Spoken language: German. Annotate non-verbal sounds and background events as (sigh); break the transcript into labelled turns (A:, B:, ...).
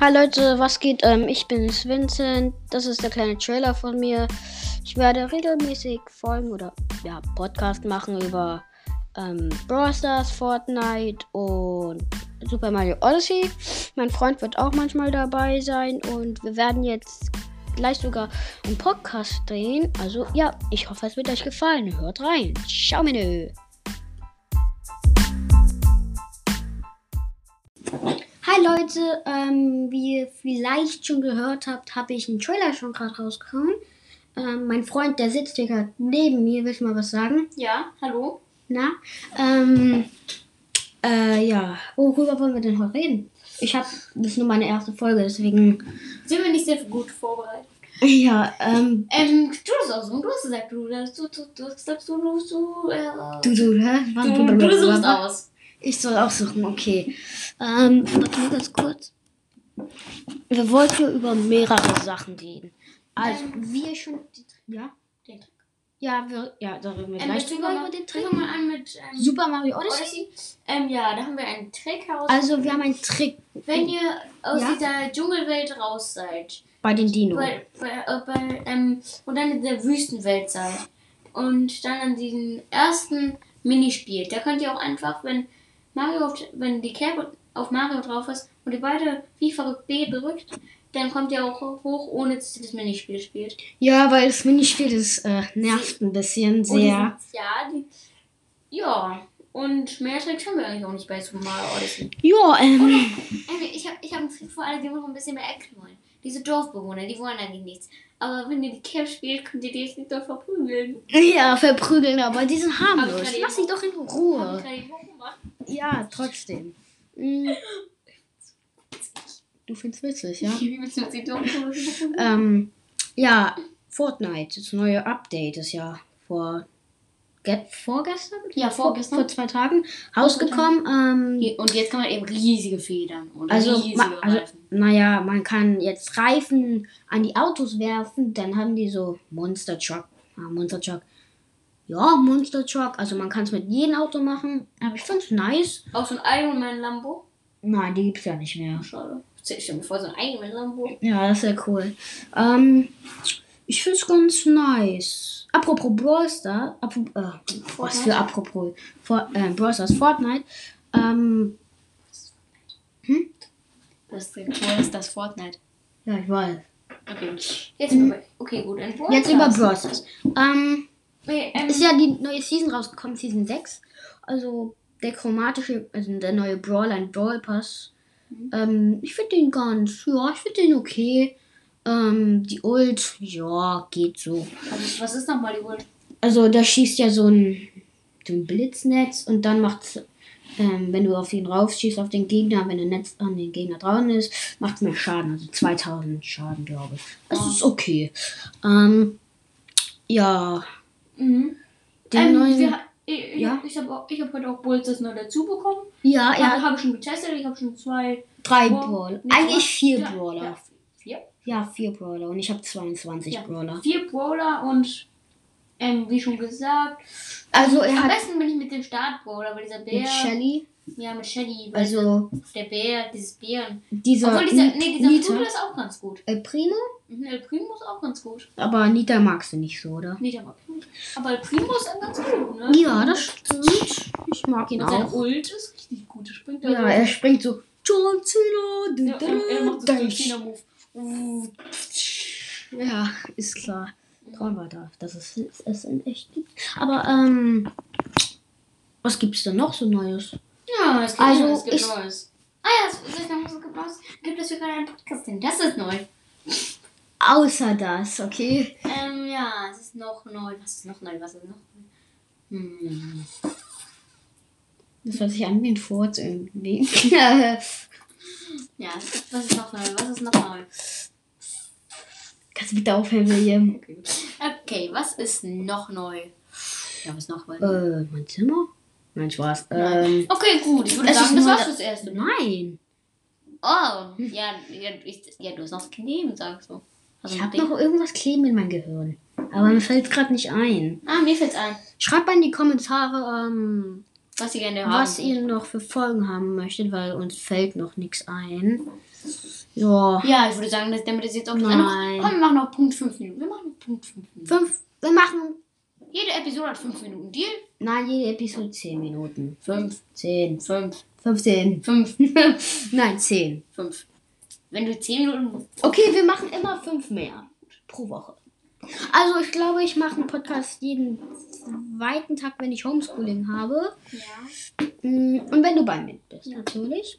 A: Hi Leute, was geht? Ähm, ich bin's Vincent. Das ist der kleine Trailer von mir. Ich werde regelmäßig Folgen oder ja, Podcast machen über ähm, Brawl Stars, Fortnite und Super Mario Odyssey. Mein Freund wird auch manchmal dabei sein und wir werden jetzt gleich sogar einen Podcast drehen. Also ja, ich hoffe, es wird euch gefallen. Hört rein. Ciao, Menü. Hi Leute, ähm, wie ihr vielleicht schon gehört habt, habe ich einen Trailer schon gerade rausgehauen. Ähm, mein Freund, der sitzt hier gerade neben mir, willst du mal was sagen?
B: Ja, hallo?
A: Na? Ähm, äh, ja, worüber wollen wir denn heute reden? Ich habe, das ist nur meine erste Folge, deswegen. (laughs)
B: Sind wir nicht sehr gut vorbereitet?
A: Ja, ähm,
B: Ähm, du hast auch so ein großes Sack, du. Du, du, du, du, du, du, du, äh,
A: du, du, hä?
B: du, du, du suchst aus.
A: Ich soll auch suchen, okay. Ähm, warte mal ganz kurz. Wir wollten über mehrere Sachen reden. Also,
B: Ähm,
A: wir schon. Ja?
B: Den Trick.
A: Ja, wir, ja, da reden wir
B: Ähm, wir
A: gleich
B: fangen
A: drüber über
B: mal,
A: den
B: den
A: Trick.
B: mal an mit ähm,
A: Super Mario Odyssey.
B: Odyssey. Ähm, ja, da haben wir einen Trick heraus.
A: Also, wir haben einen Trick
B: wenn ihr aus
A: Ja.
B: dieser Dschungelwelt raus seid,
A: bei den Dino.
B: bei, bei, äh, bei, ähm, und dann in der Wüstenwelt seid und dann an diesem ersten Minispiel, da könnt ihr auch einfach, wenn Mario auf, wenn die Kerbe auf Mario drauf ist und ihr beide wie verrückt B drückt, dann kommt ihr auch hoch, ohne dass ihr das Minispiel spielt.
A: Ja, weil das Minispiel, das äh, nervt ein bisschen
B: Und die
A: sehr.
B: sind- ja, die, ja. Und mehr Tricks haben wir eigentlich auch nicht bei Super Mario Odyssey.
A: Ja, ähm, (laughs)
B: Also ich habe ich hab einen Trick für alle, die noch ein bisschen mehr Action wollen. Diese Dorfbewohner, die wollen eigentlich nichts. Aber wenn ihr die Cap spielt, könnt ihr die richtig doll verprügeln.
A: ja, verprügeln, aber die sind
B: Hab ich
A: harmlos.
B: gerade
A: Lass sie doch in
B: Hab ich
A: Ruhe.
B: gerade eben auch gemacht.
A: Ja, trotzdem. (laughs) Mm. Du findest witzig, ja?
B: Wie willst du jetzt die Dorfbewohner verprügeln?
A: Ähm, ja, Fortnite, das neue Update ist ja vor get, vorgestern?
B: Ja, vorgestern.
A: Vor, vor zwei Tagen rausgekommen. Ähm,
B: Und jetzt kann man eben riesige Federn und
A: also,
B: riesige
A: ma, also,
B: Reifen.
A: naja, man kann jetzt Reifen an die Autos werfen, dann haben die so Monster Truck. Ah, Monster Truck. Ja, Monster Truck. Also man kann es mit jedem Auto machen. Aber ich find's nice.
B: Auch so ein Iron Man Lambo.
A: Nein, die gibt's ja nicht mehr.
B: Schade. Stell stell mir vor, so ein Iron Man Lambo.
A: Ja, das ist ja cool. Ähm, ich finde es ganz nice. Apropos Brawl Stars, apro- äh, was für apropos For, äh, Brawl Stars Fortnite. Ähm,
B: Das ist ist das Fortnite.
A: ja, ich weiß.
B: Okay. Jetzt über, okay, gut. Ein Brawl
A: Jetzt über
B: Stars.
A: Brawl Stars. Ähm,
B: Nee, ähm,
A: ist ja die neue Season rausgekommen, Season 6. Also der chromatische, also der neue Brawl, ein Brawl Pass. Ähm, ich finde den ganz, ja, ich finde den okay. Ähm, die Ult, ja, geht so.
B: also, was ist nochmal die Uhr?
A: Also da schießt ja so ein, so ein Blitznetz und dann macht's, ähm, wenn du auf ihn raufschießt, auf den Gegner, wenn der Netz an den Gegner dran ist, macht's mehr Schaden. Also 2000 Schaden, glaube ich. Das
B: Ah.
A: ist okay. Ähm, ja,
B: Mhm.
A: den
B: ähm,
A: neuen...
B: wir, ich ich
A: Ja? Ah,
B: habe ich hab, ich hab heute auch Bulls das neu dazu bekommen.
A: ja,
B: Ja.
A: ja,
B: Habe hab ich schon getestet. Ich habe schon zwei.
A: drei
B: Brawl-
A: Brawler.
B: Nee, Brawl-
A: Eigentlich vier
B: ja,
A: Brawler.
B: Ja, vier?
A: Ja, vier Brawler. Und ich habe 22
B: Ja.
A: Brawler.
B: Vier Brawler und ähm, wie schon gesagt.
A: Also er
B: am
A: hat
B: besten bin ich mit dem Start-Brawler, weil dieser Bär.
A: mit Shelly,
B: ja, mit Shelly. Weil
A: also
B: der Bär, dieses Bären.
A: dieser,
B: Obwohl dieser,
A: Nita-
B: nee, dieser Primo
A: Nita,
B: ist auch ganz gut.
A: El Primo,
B: Mhm, El Primo ist auch ganz gut.
A: aber Nita magst du nicht so, oder?
B: Nee, der mag ich nicht. Aber El Primo ist auch ganz gut, ne?
A: Ja, das stimmt. Ich mag ihn
B: Und sein
A: auch.
B: Ult ist richtig gut. Der springt da
A: Ja,
B: so.
A: er springt so. John Cena.
B: Ja,
A: du,
B: und er macht
A: du,
B: so
A: du,
B: einen
A: du.
B: China-Move.
A: Ja, ist klar. Trauen wir da, dass es es in echt gibt. Aber, ähm, was gibt's denn noch so Neues?
B: Ja, es gibt
A: Also,
B: Neues, es gibt
A: ich-
B: Neues. Ah ja, es es gibt Neues, es gibt Neues. Gibt es für gerade einen Podcast hin? Das ist neu.
A: Außer das, okay?
B: Ähm, ja, es ist noch neu. Was ist noch neu? Was ist noch neu? Hm.
A: Das hört sich an wie ein Furz irgendwie.
B: Ja, es gibt- was ist noch neu? Was ist noch neu?
A: (laughs) Kannst du bitte aufhören, William?
B: Okay, okay was ist noch neu? Ja, was ist noch neu?
A: Äh, mein Zimmer? Nein, Spaß. Ähm,
B: Okay, gut. Ich würde
A: Es
B: sagen,
A: ist
B: das
A: neu-
B: war's fürs Erste.
A: Also nein.
B: Oh, ja, ja, ich, ja, du hast noch was gegeben, sagst du. Also
A: Ich
B: ein
A: habe
B: Ding.
A: noch irgendwas kleben in meinem Gehirn. Aber mir fällt gerade nicht ein.
B: Ah, mir fällt's ein.
A: Schreibt mal in die Kommentare, ähm,
B: Was ihr gerne haben.
A: was ihr noch für Folgen haben möchtet, weil uns fällt noch nichts ein. Ja.
B: Ja, ich würde sagen, dass damit ist jetzt auch das
A: Nein.
B: Ende. Komm, wir machen noch Punkt 5 Minuten. Wir machen noch Punkt 5 Minuten.
A: Fünf. Wir machen.
B: Jede Episode hat 5 Minuten. Deal?
A: Nein, jede Episode 10 Minuten.
B: 5,
A: 10.
B: 5,
A: 15. (laughs)
B: 5,
A: Nein, 10.
B: 5. Wenn du 10 Minuten.
A: Okay, wir machen immer 5 mehr. Pro Woche. Also ich glaube, ich mache einen Podcast jeden zweiten Tag, wenn ich Homeschooling habe.
B: Ja.
A: Mm, Und wenn du bei mir bist, natürlich.